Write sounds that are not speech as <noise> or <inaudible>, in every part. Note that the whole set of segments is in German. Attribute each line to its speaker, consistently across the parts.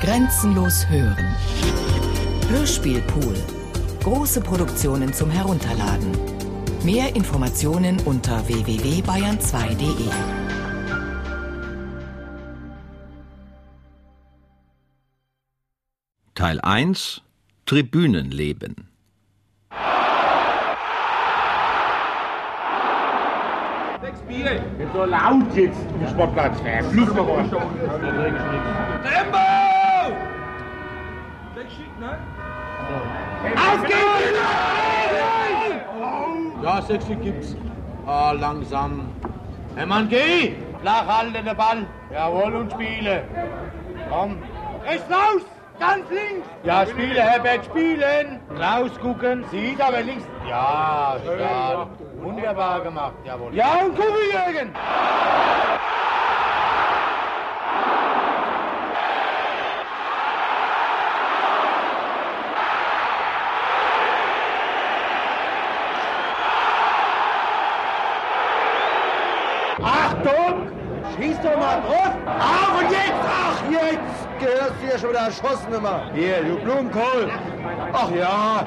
Speaker 1: Grenzenlos hören. Hörspielpool. Große Produktionen zum Herunterladen. Mehr Informationen unter www.bayern2.de.
Speaker 2: Teil 1 Tribünenleben
Speaker 3: Sechs Bier!
Speaker 4: Nicht so laut jetzt im Sportplatz. Müssen wir mal.
Speaker 3: Tempo! Sechs Schick, ne?
Speaker 4: Auf geht's!
Speaker 5: Ja, sexy gibt's. Ah, langsam. Hey Mann, geh! Flach halte den Ball. Jawohl, und spiele. Komm. Rechts raus! Ganz links! Ja, spiele, Herbert, spielen! Rausgucken, sieht aber links. Ja, stark. Wunderbar gemacht, jawohl. Ja, und gucke, Jürgen! Achtung! Schieß doch mal drauf! Ach, und jetzt! Ach, jetzt! Gehörst du ja schon wieder erschossen immer. Hier, du Blumenkohl! Ach ja!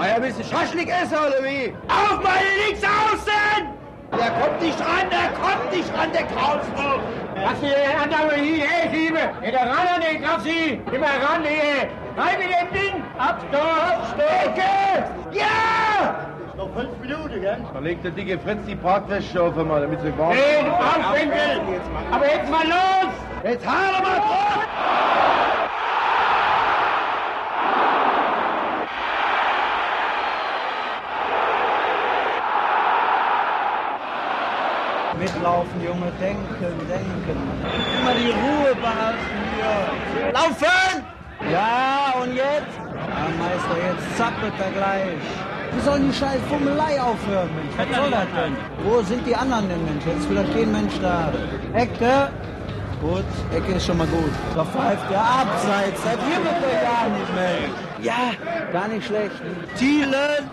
Speaker 5: Eier bist du Schaschlik essen oder wie? Auf meine Linksaußen! Der kommt nicht ran, der kommt nicht ran, der Krausdruck! Was für eine Annahme hier, hey, Liebe! Geht ran an den Grafsi! Immer ran, hier! Rein mit dem Ding! Abstoß! Stecke! Ja!
Speaker 6: Noch fünf Minuten, gell?
Speaker 5: Da legt der dicke Fritz die Parkwäsche auf einmal, damit sie warm
Speaker 4: Den Aufwinkel! Aber jetzt mal los! Jetzt hau doch mal drauf!
Speaker 6: Mitlaufen, Junge, denken, denken. Immer die Ruhe behalten hier. Laufen! Ja, und jetzt? Ja, Meister, jetzt zappelt er gleich. Wir sollen die scheiß Fummelei aufhören, Mensch. Was soll das denn? Wo sind die anderen denn, Mensch? Jetzt will doch kein Mensch da. Ecke. Gut, Ecke ist schon mal gut. Da pfeift der abseits. Das himmelt er gar nicht, Mensch. Ja, gar nicht schlecht. Thielen.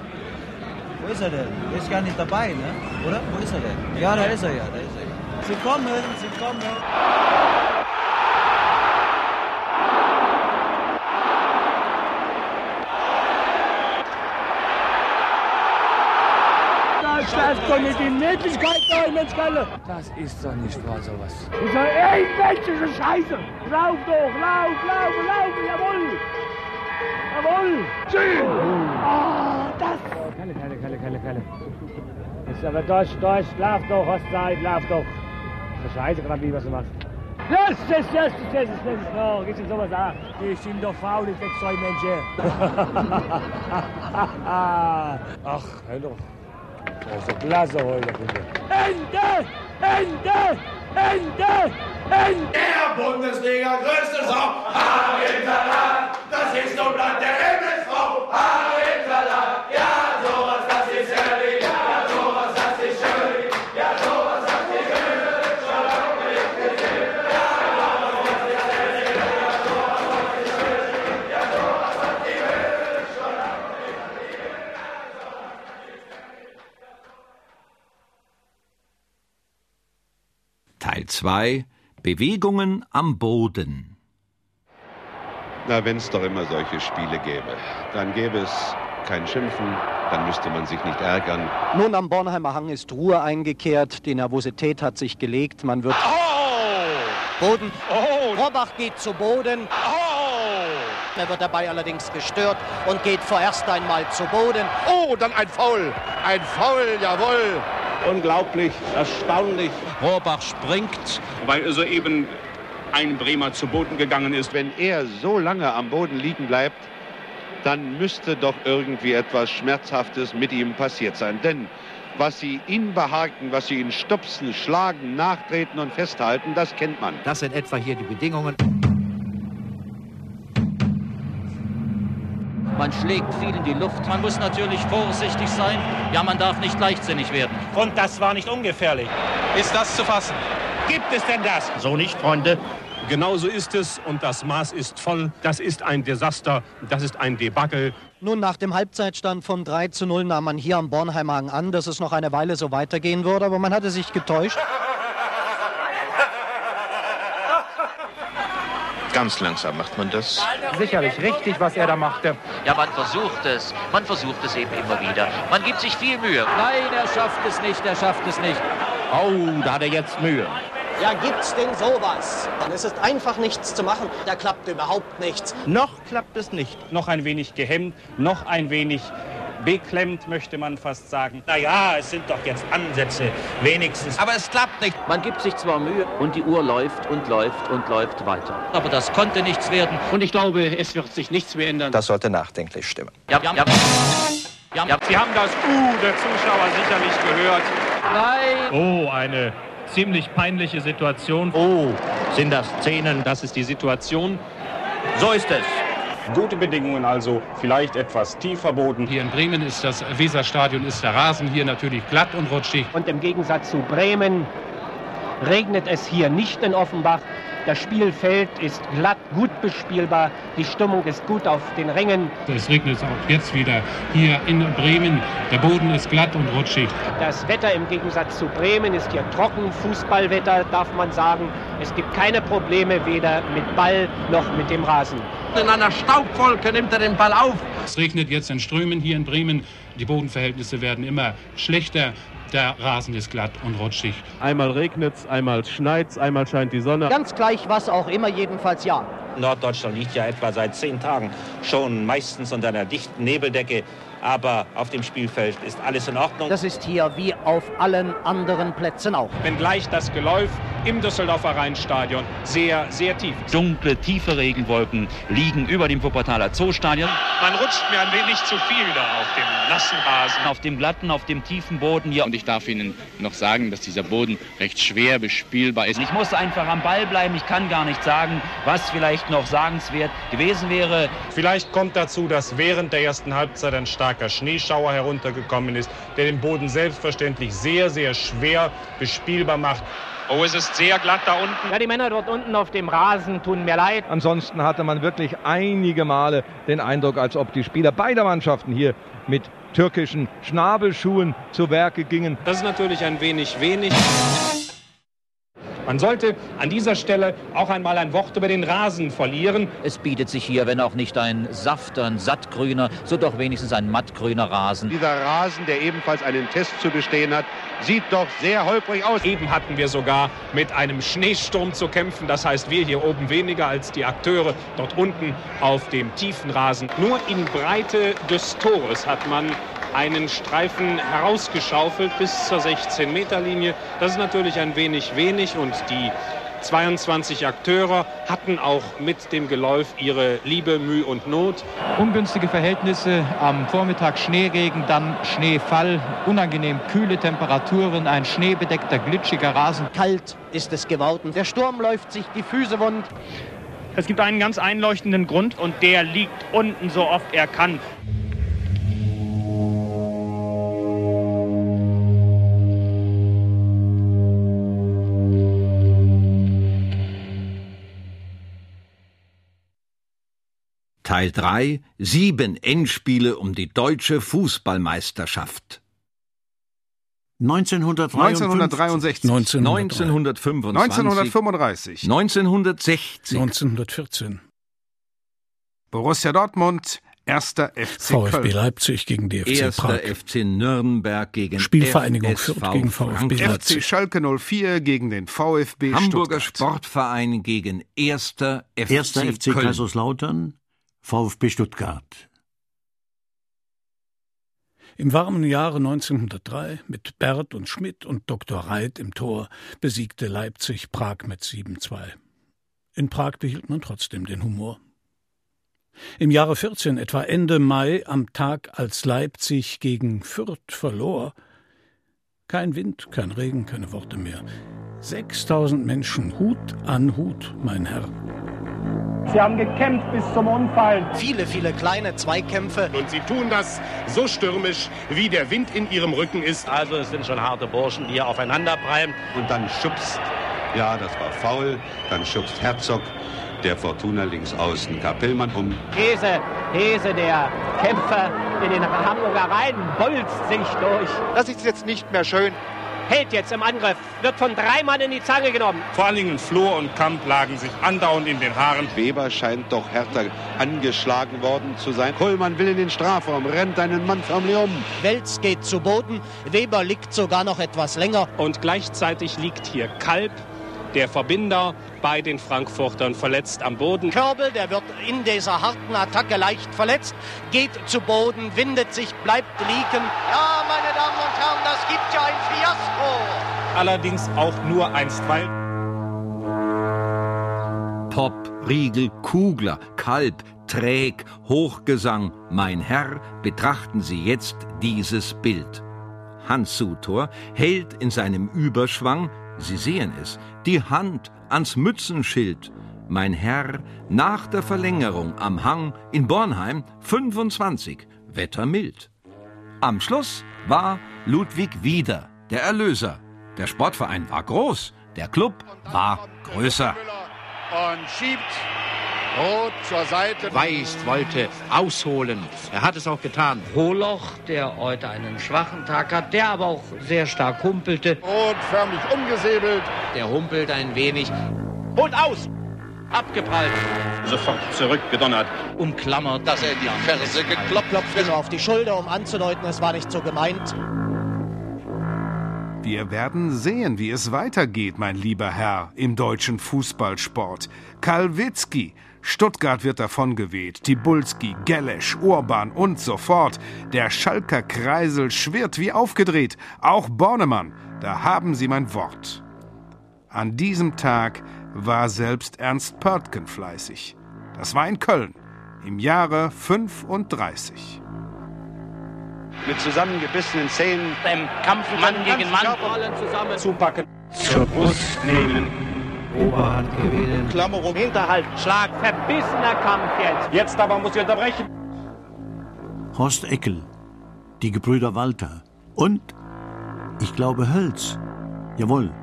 Speaker 6: Wo ist er denn? Er ist gar nicht dabei, ne? Oder? Wo ist er denn? Ja, da ist er ja, da ist er ja. Sie kommen, sie kommen.
Speaker 4: Da schafft doch nicht die Möglichkeit, da in der Skalle.
Speaker 7: Das ist doch nicht wahr, sowas.
Speaker 4: Ich sag, ey, menschliche Scheiße! Lauf doch, lauf, lauf, lauf, jawohl! Jawohl! Schön! Ah, das!
Speaker 7: Kalle, Kalle, Kalle, Kalle, Kalle. Ist aber durch, durch. Lauf doch, Hostzeit, lauf doch. Das Scheiße, Grabi, was du machst. Yes, yes, yes, yes, yes, yes, yes. No, geht schon sowas an. Die sind doch faul, ich weg zwei
Speaker 4: <laughs>
Speaker 7: Menschen. <laughs> Ach, hör doch. Das ist doch klasse heute, Kinder.
Speaker 4: Ende! Ende! Ende! Ende!
Speaker 8: Der Bundesliga größte Sau, Harinterland, das ist so blatt der MSV, Harinterland, ja sowas, das ist herrlich, ja sowas, das ist schön, ja sowas, das ist schön, schon lange nicht gesehen, ja sowas, das ist herrlich, ja sowas, das ist schön, ja sowas, das ist schön, schon lange nicht gesehen, ja sowas, das ist
Speaker 2: Teil 2 Bewegungen am Boden
Speaker 9: Na, wenn es doch immer solche Spiele gäbe, dann gäbe es kein Schimpfen, dann müsste man sich nicht ärgern.
Speaker 10: Nun am Bornheimer Hang ist Ruhe eingekehrt, die Nervosität hat sich gelegt, man wird... Boden. Rohrbach geht zu Boden. Er wird dabei allerdings gestört und geht vorerst einmal zu Boden.
Speaker 9: Oh, dann ein Foul, ein Foul, jawohl. Unglaublich, erstaunlich. Rohrbach springt, weil soeben ein Bremer zu Boden gegangen ist. Wenn er so lange am Boden liegen bleibt, dann müsste doch irgendwie etwas Schmerzhaftes mit ihm passiert sein. Denn was sie ihn behaken, was sie ihn stupsen, schlagen, nachtreten und festhalten, das kennt man. Das sind etwa hier die Bedingungen.
Speaker 11: Man schlägt viel in die Luft. Man muss natürlich vorsichtig sein. Ja, man darf nicht leichtsinnig werden. Und das war nicht ungefährlich. Ist das zu fassen? Gibt es denn das?
Speaker 12: So nicht, Freunde. Genauso ist es und das Maß ist voll. Das ist ein Desaster, das ist ein Debakel.
Speaker 10: Nun nach dem Halbzeitstand von 3 zu 0 nahm man hier am Bornheimer Hang an, dass es noch eine Weile so weitergehen würde, aber man hatte sich getäuscht.
Speaker 9: Ganz langsam macht man das.
Speaker 13: Sicherlich richtig, was er da machte.
Speaker 14: Ja, man versucht es. Man versucht es eben immer wieder. Man gibt sich viel Mühe. Nein, er schafft es nicht, er schafft es nicht.
Speaker 15: Oh, da hat er jetzt Mühe.
Speaker 10: <laughs> Ja, gibt's denn sowas? Dann ist es einfach nichts zu machen. Da klappt überhaupt nichts.
Speaker 16: Noch klappt es nicht. Noch ein wenig gehemmt, noch ein wenig beklemmt, möchte man fast sagen. Naja, es sind doch jetzt Ansätze, wenigstens.
Speaker 14: Aber es klappt nicht. Man gibt sich zwar Mühe und die Uhr läuft und läuft und läuft weiter. Aber das konnte nichts werden.
Speaker 11: Und ich glaube, es wird sich nichts mehr ändern.
Speaker 9: Das sollte nachdenklich stimmen.
Speaker 14: Ja, ja, ja.
Speaker 12: Ja. Sie haben das Uh der Zuschauer sicherlich gehört. Nein! Oh, eine ziemlich peinliche Situation. Oh, sind das Szenen? Das ist die Situation. So ist es.
Speaker 17: Gute Bedingungen also, vielleicht etwas tiefer Boden.
Speaker 18: Hier in Bremen ist das Weserstadion, ist der Rasen hier natürlich glatt und rutschig.
Speaker 11: Und im Gegensatz zu Bremen regnet es hier nicht in Offenbach. Das Spielfeld ist glatt, gut bespielbar. Die Stimmung ist gut auf den Rängen.
Speaker 18: Es regnet auch jetzt wieder hier in Bremen. Der Boden ist glatt und rutschig.
Speaker 11: Das Wetter im Gegensatz zu Bremen ist hier trocken. Fußballwetter darf man sagen. Es gibt keine Probleme weder mit Ball noch mit dem Rasen.
Speaker 15: In einer Staubwolke nimmt er den Ball auf.
Speaker 18: Es regnet jetzt in Strömen hier in Bremen. Die Bodenverhältnisse werden immer schlechter. Der Rasen ist glatt und rutschig.
Speaker 19: Einmal regnet's, einmal schneit's, einmal scheint die Sonne.
Speaker 10: Ganz gleich, was auch immer, jedenfalls ja.
Speaker 15: Norddeutschland liegt ja etwa seit zehn Tagen schon meistens unter einer dichten Nebeldecke. Aber auf dem Spielfeld ist alles in Ordnung.
Speaker 10: Das ist hier wie auf allen anderen Plätzen auch.
Speaker 12: Wenngleich das Geläuf im Düsseldorfer Rheinstadion sehr, sehr tief ist.
Speaker 14: Dunkle, tiefe Regenwolken liegen über dem Wuppertaler Zoostadion.
Speaker 12: Man rutscht mir ein wenig zu viel da auf dem nassen Rasen.
Speaker 14: Auf dem glatten, auf dem tiefen Boden hier.
Speaker 20: Und ich darf Ihnen noch sagen, dass dieser Boden recht schwer bespielbar ist.
Speaker 14: Ich muss einfach am Ball bleiben. Ich kann gar nicht sagen, was vielleicht noch sagenswert gewesen wäre.
Speaker 12: Vielleicht kommt dazu, dass während der ersten Halbzeit ein starker Schneeschauer heruntergekommen ist, der den Boden selbstverständlich sehr, sehr schwer bespielbar macht. Oh, es ist sehr glatt da unten.
Speaker 11: Ja, die Männer dort unten auf dem Rasen tun mir leid.
Speaker 21: Ansonsten hatte man wirklich einige Male den Eindruck, als ob die Spieler beider Mannschaften hier mit türkischen Schnabelschuhen zu Werke gingen.
Speaker 12: Das ist natürlich ein wenig wenig. Man sollte an dieser Stelle auch einmal ein Wort über den Rasen verlieren.
Speaker 14: Es bietet sich hier, wenn auch nicht ein safter, ein sattgrüner, so doch wenigstens ein mattgrüner Rasen.
Speaker 17: Dieser Rasen, der ebenfalls einen Test zu bestehen hat, sieht doch sehr holprig aus.
Speaker 12: Eben hatten wir sogar mit einem Schneesturm zu kämpfen. Das heißt, wir hier oben weniger als die Akteure dort unten auf dem tiefen Rasen. Nur in Breite des Tores hat man einen Streifen herausgeschaufelt bis zur 16-Meter-Linie. Das ist natürlich ein wenig wenig und die 22 Akteure hatten auch mit dem Geläuf ihre Liebe, Mühe und Not.
Speaker 22: Ungünstige Verhältnisse, am Vormittag Schneeregen, dann Schneefall, unangenehm kühle Temperaturen, ein schneebedeckter, glitschiger Rasen.
Speaker 10: Kalt ist es geworden. Der Sturm läuft sich die Füße wund.
Speaker 23: Es gibt einen ganz einleuchtenden Grund und der liegt unten so oft er kann.
Speaker 2: Teil 3 Sieben Endspiele um die deutsche Fußballmeisterschaft.
Speaker 24: 1953.
Speaker 2: 1925.
Speaker 24: 1935.
Speaker 2: 1960.
Speaker 24: 1914. Borussia Dortmund, erster FC
Speaker 4: VfB
Speaker 24: Köln.
Speaker 4: Leipzig gegen die FC Prag.
Speaker 2: Erster FC Nürnberg gegen
Speaker 4: Spielvereinigung
Speaker 2: FSV
Speaker 4: Fürth gegen VfB
Speaker 2: Frankfurt.
Speaker 24: FC Schalke 04 gegen den VfB
Speaker 2: Hamburger
Speaker 24: Stuttgart.
Speaker 2: Sportverein gegen Erster FC,
Speaker 25: Erster FC
Speaker 2: Köln.
Speaker 25: Kaiserslautern, VfB Stuttgart.
Speaker 4: Im warmen Jahre 1903 mit Bert und Schmidt und Dr. Reit im Tor besiegte Leipzig Prag mit 7-2. In Prag behielt man trotzdem den Humor. Im Jahre 14, etwa Ende Mai, am Tag, als Leipzig gegen Fürth verlor, kein Wind, kein Regen, keine Worte mehr. 6000 Menschen, Hut an Hut, mein Herr.
Speaker 24: Sie haben gekämpft bis zum Unfall.
Speaker 10: Viele, viele kleine Zweikämpfe.
Speaker 17: Und sie tun das so stürmisch, wie der Wind in ihrem Rücken ist.
Speaker 15: Also es sind schon harte Burschen, die hier aufeinander prallen.
Speaker 9: Und dann schubst, ja, das war faul, dann schubst Herzog, der Fortuna links außen, Kapellmann um.
Speaker 6: Hese, Hese, der Kämpfer in den Hamburger Reihen, bolzt sich durch.
Speaker 26: Das ist jetzt nicht mehr schön.
Speaker 27: hält jetzt im Angriff, wird von drei Mann in die Zange genommen.
Speaker 9: Vor allen Dingen Flor und Kamp lagen sich andauernd in den Haaren. Weber scheint doch härter angeschlagen worden zu sein. Kohlmann will in den Strafraum, rennt einen Mann förmlich um.
Speaker 10: Welz geht zu Boden, Weber liegt sogar noch etwas länger.
Speaker 12: Und gleichzeitig liegt hier Kalb, der Verbinder, bei den Frankfurtern verletzt am Boden.
Speaker 10: Körbel, der wird in dieser harten Attacke leicht verletzt, geht zu Boden, windet sich, bleibt liegen. Ja, meine Damen und Herren, das gibt ja ein Fiasko.
Speaker 28: Allerdings auch nur einstweilen.
Speaker 2: Pop, Riegel, Kugler, Kalb, Träg, Hochgesang, mein Herr, betrachten Sie jetzt dieses Bild. Hans Sutor hält in seinem Überschwang, Sie sehen es, die Hand ans Mützenschild. Mein Herr, nach der Verlängerung am Hang in Bornheim 25, Wetter mild. Am Schluss war Ludwig wieder der Erlöser. Der Sportverein war groß, der Club war größer.
Speaker 9: Und schiebt Rot zur Seite.
Speaker 11: Weist wollte ausholen. Er hat es auch getan.
Speaker 29: Holoch, der heute einen schwachen Tag hat, der aber auch sehr stark humpelte.
Speaker 9: Rot förmlich umgesäbelt.
Speaker 11: Der humpelt ein wenig.
Speaker 9: Und aus.
Speaker 11: Abgeprallt.
Speaker 9: Sofort zurückgedonnert.
Speaker 11: Umklammert, dass er in die Ferse gekloppt
Speaker 10: Klopft nur auf die Schulter, um anzudeuten, es war nicht so gemeint.
Speaker 8: Wir werden sehen, wie es weitergeht, mein lieber Herr, im deutschen Fußballsport. Kalwitzki. Stuttgart wird davongeweht, Tibulski, Gelesch, Urban und so fort. Der Schalker Kreisel schwirrt wie aufgedreht, auch Bornemann, da haben Sie mein Wort. An diesem Tag war selbst Ernst Pörtgen fleißig. Das war in Köln, im Jahre 35.
Speaker 9: Mit zusammengebissenen Zähnen.
Speaker 5: Im Kampf Mann gegen Mann.
Speaker 28: Zupacken.
Speaker 5: Zur Brust nehmen.
Speaker 28: Oberhand gewinnen. Klammerung. Hinterhalt. Halt, Schlag. Verbissener Kampf jetzt. Jetzt aber muss ich unterbrechen.
Speaker 25: Horst Eckel, die Gebrüder Walter und, ich glaube, Hölz. Jawohl,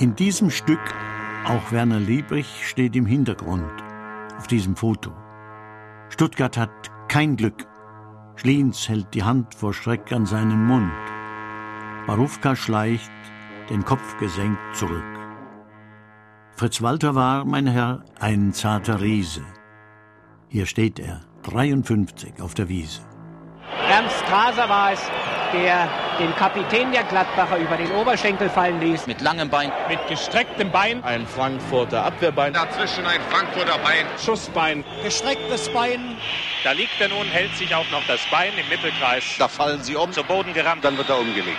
Speaker 25: in diesem Stück auch Werner Liebrich steht im Hintergrund auf diesem Foto. Stuttgart hat kein Glück. Schliens hält die Hand vor Schreck an seinen Mund. Barufka schleicht, den Kopf gesenkt zurück. Fritz Walter war, mein Herr, ein zarter Riese. Hier steht er, 53 auf der Wiese.
Speaker 27: Ernst Traser war es, der den Kapitän der Gladbacher über den Oberschenkel fallen ließ.
Speaker 11: Mit langem Bein.
Speaker 12: Mit gestrecktem Bein.
Speaker 5: Ein Frankfurter Abwehrbein.
Speaker 9: Dazwischen ein Frankfurter Bein.
Speaker 12: Schussbein.
Speaker 10: Gestrecktes Bein.
Speaker 12: Da liegt er nun, hält sich auch noch das Bein im Mittelkreis.
Speaker 9: Da fallen sie um. Zu Boden gerammt. Dann wird er umgelegt.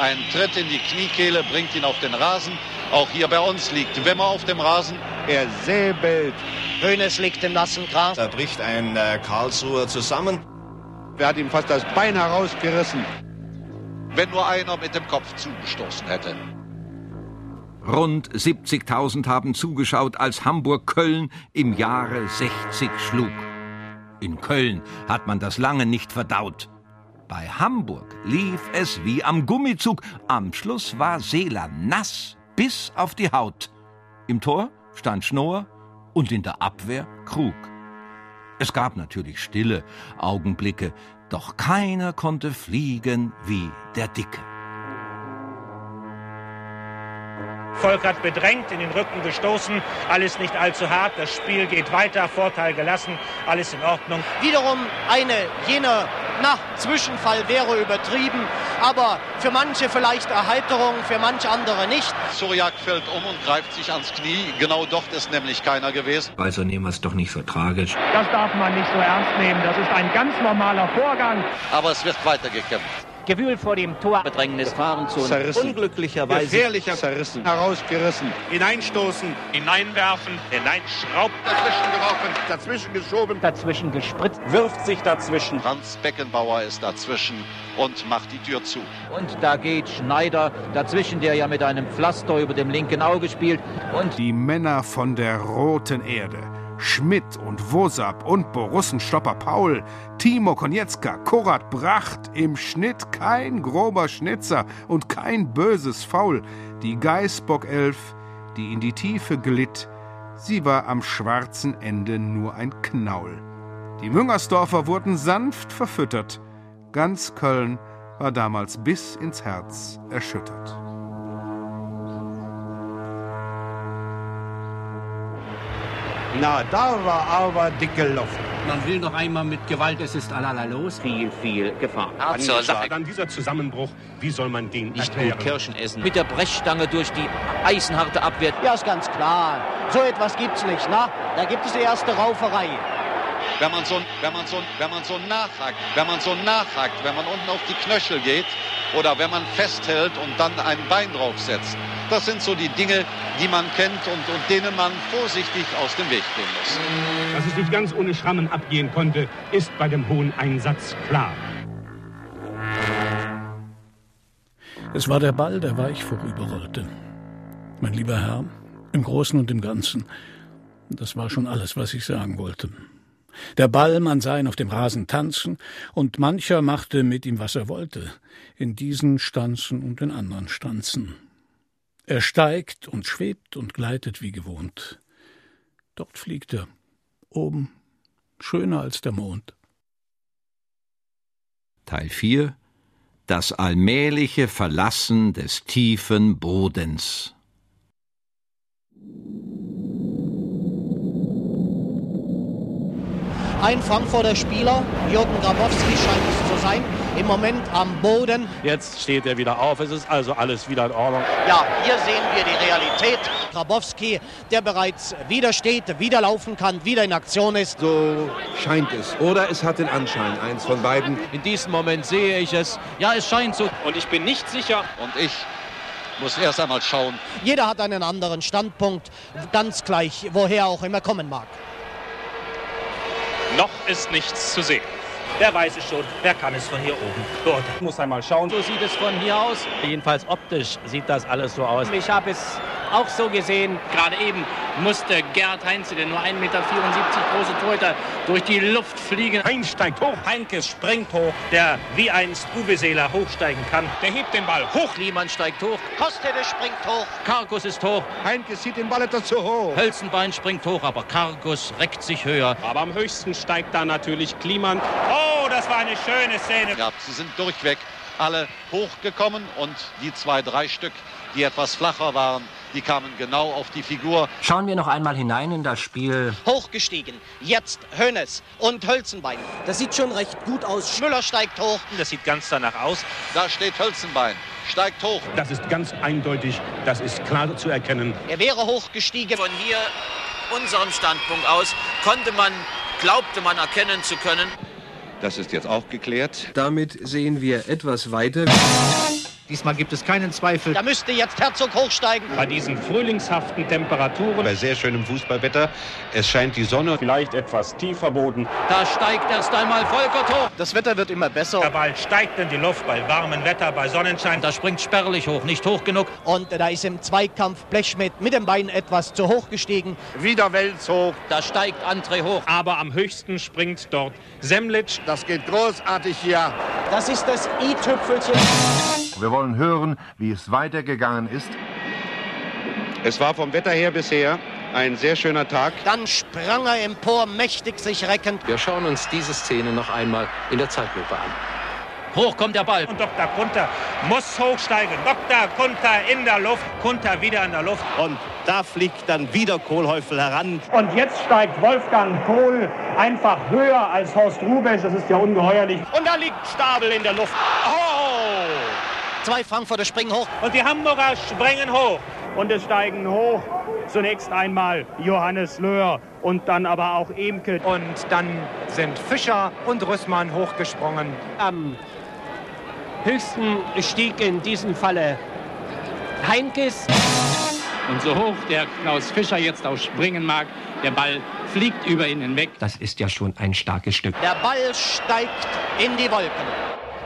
Speaker 9: Ein Tritt in die Kniekehle bringt ihn auf den Rasen. Auch hier bei uns liegt Wimmer auf dem Rasen. Er säbelt.
Speaker 10: Hönes liegt im nassen Gras.
Speaker 30: Da bricht ein äh, Karlsruher zusammen.
Speaker 9: Wer hat ihm fast das Bein herausgerissen? Wenn nur einer mit dem Kopf zugestoßen hätte.
Speaker 2: Rund 70.000 haben zugeschaut, als Hamburg-Köln im Jahre 60 schlug. In Köln hat man das lange nicht verdaut. Bei Hamburg lief es wie am Gummizug. Am Schluss war Seeler nass bis auf die Haut. Im Tor stand Schnorr und in der Abwehr Krug. Es gab natürlich stille Augenblicke, doch keiner konnte fliegen wie der Dicke.
Speaker 28: Volkert bedrängt, in den Rücken gestoßen. Alles nicht allzu hart. Das Spiel geht weiter. Vorteil gelassen. Alles in Ordnung.
Speaker 10: Wiederum eine jener, na, Zwischenfall wäre übertrieben, aber für manche vielleicht Erheiterung, für manche andere nicht.
Speaker 9: Suriak fällt um und greift sich ans Knie. Genau dort ist nämlich keiner gewesen.
Speaker 29: Also nehmen wir es doch nicht so tragisch.
Speaker 31: Das darf man nicht so ernst nehmen. Das ist ein ganz normaler Vorgang.
Speaker 9: Aber es wird weitergekämpft.
Speaker 27: Gewühl vor dem Tor.
Speaker 11: Bedrängnis fahren zu
Speaker 9: Zerrissen.
Speaker 11: Unglücklicherweise.
Speaker 9: Gefährlicher zerrissen. Herausgerissen. Hineinstoßen.
Speaker 28: Hineinwerfen. Hineinschraubt.
Speaker 9: Dazwischen geworfen. Dazwischen geschoben.
Speaker 27: Dazwischen gespritzt.
Speaker 28: Wirft sich dazwischen.
Speaker 9: Franz Beckenbauer ist dazwischen und macht die Tür zu.
Speaker 11: Und da geht Schneider dazwischen, der ja mit einem Pflaster über dem linken Auge spielt. Und
Speaker 8: Die Männer von der roten Erde. Schmidt und Wosap und Borussenstopper Paul, Timo Konietzka, Korat Bracht, im Schnitt kein grober Schnitzer und kein böses Faul. Die Geißbock Elf, die in die Tiefe glitt, sie war am schwarzen Ende nur ein Knaul. Die Müngersdorfer wurden sanft verfüttert. Ganz Köln war damals bis ins Herz erschüttert.
Speaker 32: Na, da war aber dicke Luft.
Speaker 5: Man will noch einmal mit Gewalt, es ist allerlei los. Viel, viel Gefahr.
Speaker 32: Dann dieser Zusammenbruch, wie soll man den
Speaker 5: Nicht erklären? gut, Kirschen
Speaker 11: essen. Mit der Brechstange durch die eisenharte Abwehr.
Speaker 10: Ja, ist ganz klar. So etwas gibt's nicht, na? Da gibt es die erste Rauferei.
Speaker 9: Wenn man so, wenn man so, wenn man so nachhakt, wenn man so nachhakt, wenn man unten auf die Knöchel geht oder wenn man festhält und dann ein Bein draufsetzt. Das sind so die Dinge, die man kennt und, und denen man vorsichtig aus dem Weg gehen muss.
Speaker 12: Dass es nicht ganz ohne Schrammen abgehen konnte, ist bei dem hohen Einsatz klar.
Speaker 4: Es war der Ball, der weich vorüberrollte. Mein lieber Herr, im Großen und im Ganzen, das war schon alles, was ich sagen wollte. Der Ball, man sah ihn auf dem Rasen tanzen, und mancher machte mit ihm, was er wollte, in diesen Stanzen und in anderen Stanzen. Er steigt und schwebt und gleitet wie gewohnt. Dort fliegt er, oben, schöner als der Mond.
Speaker 2: Teil 4 Das allmähliche Verlassen des tiefen Bodens.
Speaker 10: Ein Frankfurter Spieler, Jürgen Grabowski scheint es zu sein, im Moment am Boden.
Speaker 33: Jetzt steht er wieder auf. Es ist also alles wieder in Ordnung.
Speaker 10: Ja, hier sehen wir die Realität. Grabowski, der bereits wieder steht, wieder laufen kann, wieder in Aktion ist.
Speaker 8: So scheint es. Oder es hat den Anschein, eins von beiden.
Speaker 11: In diesem Moment sehe ich es. Ja, es scheint so. Und ich bin nicht sicher.
Speaker 9: Und ich muss erst einmal schauen.
Speaker 10: Jeder hat einen anderen Standpunkt, ganz gleich, woher auch immer kommen mag.
Speaker 33: Noch ist nichts zu sehen.
Speaker 28: Wer weiß es schon, wer kann es von hier oben beurteilen?
Speaker 33: Muss einmal schauen.
Speaker 28: So sieht es von hier aus.
Speaker 5: Jedenfalls optisch sieht das alles so aus.
Speaker 28: Ich habe es auch so gesehen. Gerade eben musste Gerd Heinze, der nur 1,74 Meter große Torhüter, durch die Luft fliegen. Hein steigt hoch. Heinke springt hoch, der wie ein Struveseler hochsteigen kann. Der hebt den Ball hoch.
Speaker 11: Liemann steigt hoch.
Speaker 10: Kostede springt hoch.
Speaker 11: Kargus ist hoch.
Speaker 32: Heinke sieht den Ball etwas zu hoch.
Speaker 11: Hölzenbein springt hoch, aber Kargus reckt sich höher.
Speaker 34: Aber am höchsten steigt da natürlich Kliman.
Speaker 28: Oh, das war eine schöne Szene.
Speaker 9: Ja, sie sind durchweg alle hochgekommen und die zwei, drei Stück, die etwas flacher waren, die kamen genau auf die Figur.
Speaker 5: Schauen wir noch einmal hinein in das Spiel.
Speaker 10: Hochgestiegen, jetzt Hönes und Hölzenbein. Das sieht schon recht gut aus. Müller steigt hoch.
Speaker 33: Das sieht ganz danach aus.
Speaker 9: Da steht Hölzenbein, steigt hoch.
Speaker 12: Das ist ganz eindeutig, das ist klar zu erkennen.
Speaker 10: Er wäre hochgestiegen.
Speaker 35: Von hier, unserem Standpunkt aus, konnte man, glaubte man erkennen zu können.
Speaker 32: Das ist jetzt auch geklärt.
Speaker 36: Damit sehen wir etwas weiter.
Speaker 5: Diesmal gibt es keinen Zweifel.
Speaker 10: Da müsste jetzt Herzog hochsteigen.
Speaker 34: Bei diesen frühlingshaften Temperaturen.
Speaker 32: Bei sehr schönem Fußballwetter. Es scheint die Sonne.
Speaker 34: Vielleicht etwas tiefer Boden.
Speaker 11: Da steigt erst einmal Volker hoch.
Speaker 5: Das Wetter wird immer besser.
Speaker 28: Der Ball steigt in die Luft bei warmem Wetter, bei Sonnenschein.
Speaker 11: Da springt Sperrlich hoch, nicht hoch genug.
Speaker 10: Und da ist im Zweikampf Blechschmidt mit dem Bein etwas zu hoch gestiegen.
Speaker 33: Wieder Wels hoch.
Speaker 11: Da steigt André hoch.
Speaker 34: Aber am höchsten springt dort Semlitsch.
Speaker 33: Das geht großartig hier.
Speaker 10: Das ist das i-Tüpfelchen.
Speaker 37: Wir wollen hören, wie es weitergegangen ist.
Speaker 32: Es war vom Wetter her bisher ein sehr schöner Tag.
Speaker 10: Dann sprang er empor, mächtig sich reckend.
Speaker 36: Wir schauen uns diese Szene noch einmal in der Zeitlupe an.
Speaker 11: Hoch kommt der Ball.
Speaker 28: Und Dr. Kunter muss hochsteigen. Dr. Kunter in der Luft. Kunter wieder in der Luft.
Speaker 5: Und da fliegt dann wieder Kohlhäufel heran.
Speaker 38: Und jetzt steigt Wolfgang Kohl einfach höher als Horst Rubesch. Das ist ja ungeheuerlich.
Speaker 28: Und da liegt Stabel in der Luft. Oh!
Speaker 10: Zwei Frankfurter springen hoch.
Speaker 28: Und die Hamburger springen hoch.
Speaker 38: Und es steigen hoch. Zunächst einmal Johannes Löhr und dann aber auch Emke.
Speaker 5: Und dann sind Fischer und Rüssmann hochgesprungen.
Speaker 39: Am höchsten stieg in diesem Falle Heinkes.
Speaker 33: Und so hoch der Klaus Fischer jetzt auch springen mag, der Ball fliegt über ihn hinweg.
Speaker 5: Das ist ja schon ein starkes Stück.
Speaker 10: Der Ball steigt in die Wolken.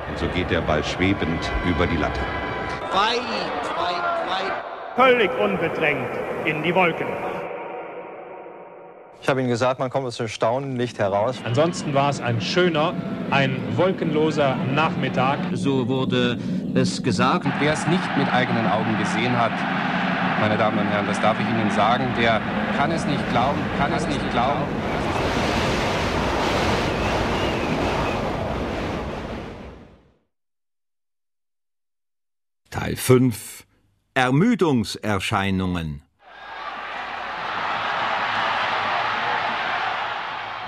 Speaker 32: Und so geht der Ball schwebend über die Latte.
Speaker 10: Weit, weit, weit.
Speaker 38: Völlig unbedrängt in die Wolken.
Speaker 36: Ich habe Ihnen gesagt, man kommt aus dem Staunen nicht heraus.
Speaker 34: Ansonsten war es ein schöner, ein wolkenloser Nachmittag.
Speaker 36: So wurde es gesagt. Und
Speaker 37: wer es nicht mit eigenen Augen gesehen hat, meine Damen und Herren, das darf ich Ihnen sagen, der kann es nicht glauben, kann es nicht glauben.
Speaker 2: Teil 5 Ermüdungserscheinungen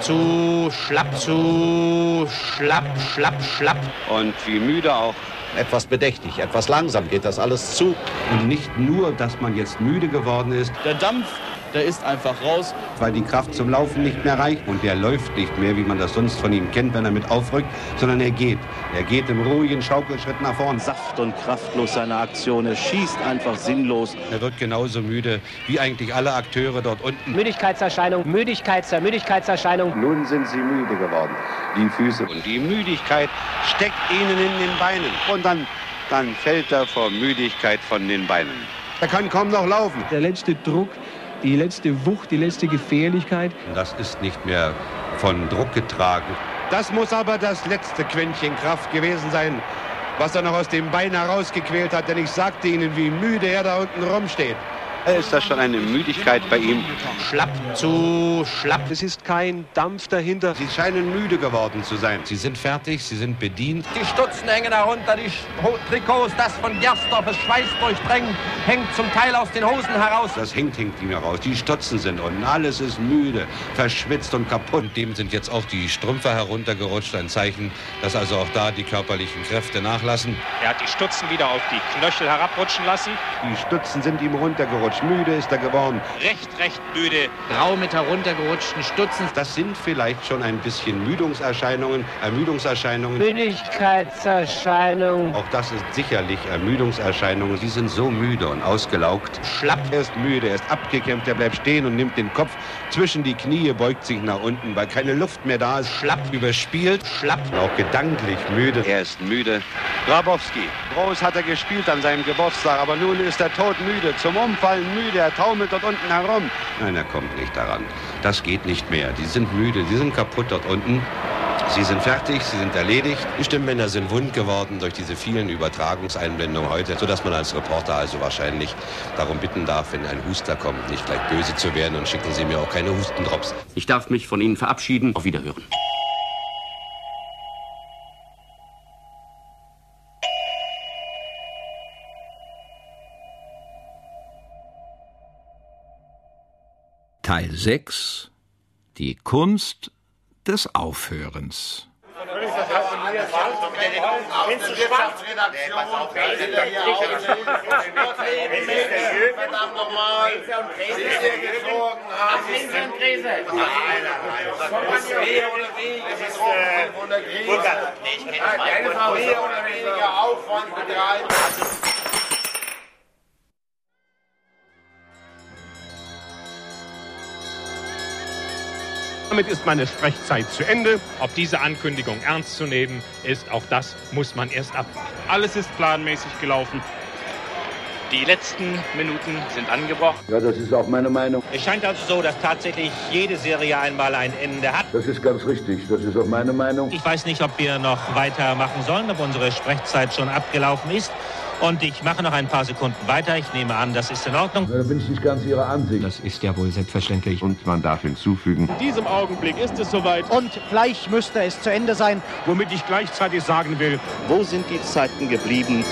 Speaker 6: Zu schlapp, zu schlapp, schlapp, schlapp.
Speaker 17: Und wie müde auch.
Speaker 6: Etwas bedächtig, etwas langsam geht das alles zu.
Speaker 9: Und nicht nur, dass man jetzt müde geworden ist.
Speaker 6: Der Dampf, der ist einfach raus.
Speaker 9: weil die Kraft zum Laufen nicht mehr reicht und der läuft nicht mehr, wie man das sonst von ihm kennt, wenn er mit aufrückt, sondern er geht. Er geht im ruhigen Schaukelschritt nach vorn.
Speaker 6: Saft und kraftlos seine Aktion, er schießt einfach sinnlos.
Speaker 9: Er wird genauso müde wie eigentlich alle Akteure dort unten.
Speaker 11: Müdigkeitserscheinung, Müdigkeitser, Müdigkeitserscheinung.
Speaker 9: Nun sind sie müde geworden, die Füße. Und die Müdigkeit steckt ihnen in den Beinen. Und dann, dann fällt er vor Müdigkeit von den Beinen. Er kann kaum noch laufen.
Speaker 15: Der letzte Druck, die letzte Wucht, die letzte Gefährlichkeit.
Speaker 9: Das ist nicht mehr von Druck getragen. Das muss aber das letzte Quäntchen Kraft gewesen sein, was er noch aus dem Bein herausgequält hat, denn ich sagte Ihnen, wie müde er da unten rumsteht. Ist das schon eine Müdigkeit bei ihm? Schlapp zu schlapp. Es ist kein Dampf dahinter. Sie scheinen müde geworden zu sein. Sie sind fertig, sie sind bedient.
Speaker 21: Die Stutzen hängen herunter, die Ho- Trikots, das von Gerstorff, es schweißdurchdrängend, hängt zum Teil aus den Hosen heraus.
Speaker 9: Das hängt, hängt ihm heraus. Die Stutzen sind unten. Alles ist müde, verschwitzt und kaputt. Und dem sind jetzt auch die Strümpfe heruntergerutscht. Ein Zeichen, dass also auch da die körperlichen Kräfte nachlassen.
Speaker 12: Er hat die Stutzen wieder auf die Knöchel herabrutschen lassen.
Speaker 9: Die Stutzen sind ihm runtergerutscht. Müde ist er geworden.
Speaker 12: Recht, recht müde.
Speaker 9: Grau mit heruntergerutschten Stutzen. Das sind vielleicht schon ein bisschen Müdungserscheinungen, Ermüdungserscheinungen.
Speaker 11: Müdigkeitserscheinung.
Speaker 9: Auch das ist sicherlich Ermüdungserscheinungen. Sie sind so müde und ausgelaugt. Schlapp. Er ist müde, er ist abgekämpft, er bleibt stehen und nimmt den Kopf zwischen die Knie, beugt sich nach unten, weil keine Luft mehr da ist. Schlapp. Überspielt. Schlapp. Auch gedanklich müde. Er ist müde. Grabowski. Groß hat er gespielt an seinem Geburtstag, aber nun ist er todmüde, zum Umfallen müde. Er taumelt dort unten herum. Nein, er kommt nicht daran. Das geht nicht mehr. Die sind müde, die sind kaputt dort unten. Sie sind fertig, sie sind erledigt. Die Stimmbänder sind wund geworden durch diese vielen Übertragungseinblendungen heute, sodass man als Reporter also wahrscheinlich darum bitten darf, wenn ein Huster kommt, nicht gleich böse zu werden und schicken Sie mir auch keine Hustendrops.
Speaker 21: Ich darf mich von Ihnen verabschieden. Auf Wiederhören.
Speaker 2: Teil 6 Die Kunst des Aufhörens.
Speaker 12: Damit ist meine Sprechzeit zu Ende. Ob diese Ankündigung ernst zu nehmen ist, auch das muss man erst abwarten. Alles ist planmäßig gelaufen.
Speaker 28: Die letzten Minuten sind angebrochen.
Speaker 22: Ja, das ist auch meine Meinung.
Speaker 28: Es scheint also so, dass tatsächlich jede Serie einmal ein Ende hat.
Speaker 22: Das ist ganz richtig. Das ist auch meine Meinung.
Speaker 28: Ich weiß nicht, ob wir noch weitermachen sollen, ob unsere Sprechzeit schon abgelaufen ist. Und ich mache noch ein paar Sekunden weiter. Ich nehme an, das ist in Ordnung.
Speaker 22: Da bin ich nicht ganz Ihrer Ansicht.
Speaker 21: Das ist ja wohl selbstverständlich.
Speaker 22: Und man darf hinzufügen.
Speaker 28: In diesem Augenblick ist es soweit.
Speaker 10: Und gleich müsste es zu Ende sein.
Speaker 28: Womit ich gleichzeitig sagen will, wo sind die Zeiten geblieben?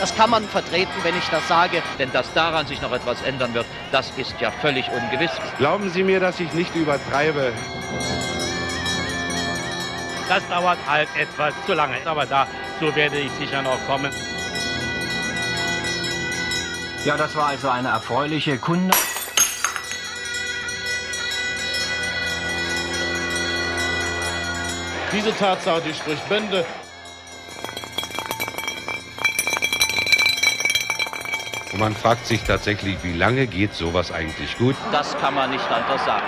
Speaker 10: Das kann man vertreten, wenn ich das sage.
Speaker 14: Denn dass daran sich noch etwas ändern wird, das ist ja völlig ungewiss.
Speaker 9: Glauben Sie mir, dass ich nicht übertreibe.
Speaker 28: Das dauert halt etwas zu lange. Aber dazu werde ich sicher noch kommen.
Speaker 7: Ja, das war also eine erfreuliche Kunde.
Speaker 23: Diese Tatsache, die spricht Bände.
Speaker 9: Und man fragt sich tatsächlich, wie lange geht sowas eigentlich gut?
Speaker 1: Das kann man nicht anders sagen.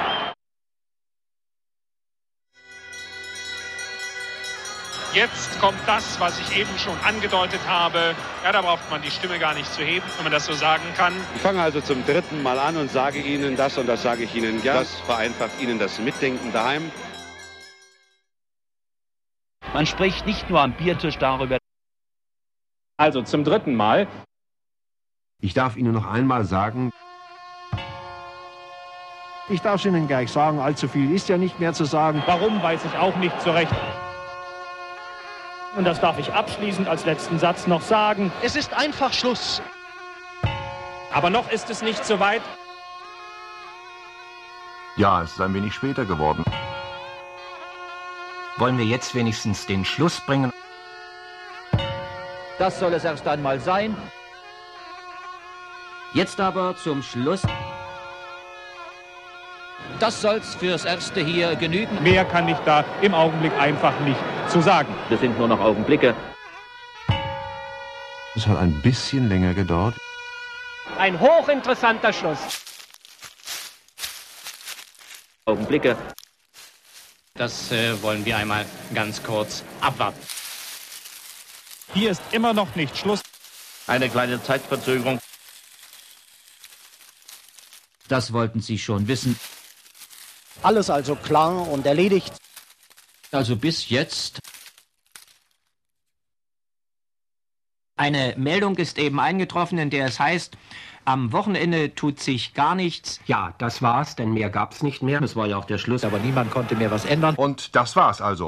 Speaker 12: Jetzt kommt das, was ich eben schon angedeutet habe. Ja, da braucht man die Stimme gar nicht zu heben, wenn man das so sagen kann.
Speaker 9: Ich fange also zum dritten Mal an und sage Ihnen das und das sage ich Ihnen gern. Das vereinfacht Ihnen das Mitdenken daheim.
Speaker 28: Man spricht nicht nur am Biertisch darüber.
Speaker 12: Also zum dritten Mal.
Speaker 9: Ich darf Ihnen noch einmal sagen,
Speaker 25: Ich darf es Ihnen gleich sagen, allzu viel ist ja nicht mehr zu sagen.
Speaker 24: Warum weiß ich auch nicht zurecht. Und das darf ich abschließend als letzten Satz noch sagen.
Speaker 10: Es ist einfach Schluss.
Speaker 12: Aber noch ist es nicht so weit.
Speaker 9: Ja, es ist ein wenig später geworden.
Speaker 2: Wollen wir jetzt wenigstens den Schluss bringen?
Speaker 40: Das soll es erst einmal sein.
Speaker 11: Jetzt aber zum Schluss.
Speaker 40: Das soll's fürs Erste hier genügen.
Speaker 28: Mehr kann ich da im Augenblick einfach nicht zu sagen.
Speaker 40: Das sind nur noch Augenblicke.
Speaker 9: Es hat ein bisschen länger gedauert.
Speaker 41: Ein hochinteressanter Schluss.
Speaker 40: Augenblicke.
Speaker 42: Das äh, wollen wir einmal ganz kurz abwarten.
Speaker 43: Hier ist immer noch nicht Schluss.
Speaker 44: Eine kleine Zeitverzögerung.
Speaker 11: Das wollten Sie schon wissen.
Speaker 10: Alles also klar und erledigt.
Speaker 11: Also bis jetzt.
Speaker 2: Eine Meldung ist eben eingetroffen, in der es heißt, am Wochenende tut sich gar nichts.
Speaker 11: Ja, das war's, denn mehr gab's nicht mehr. Das war ja auch der Schluss, aber niemand konnte mehr was ändern.
Speaker 9: Und das war's also.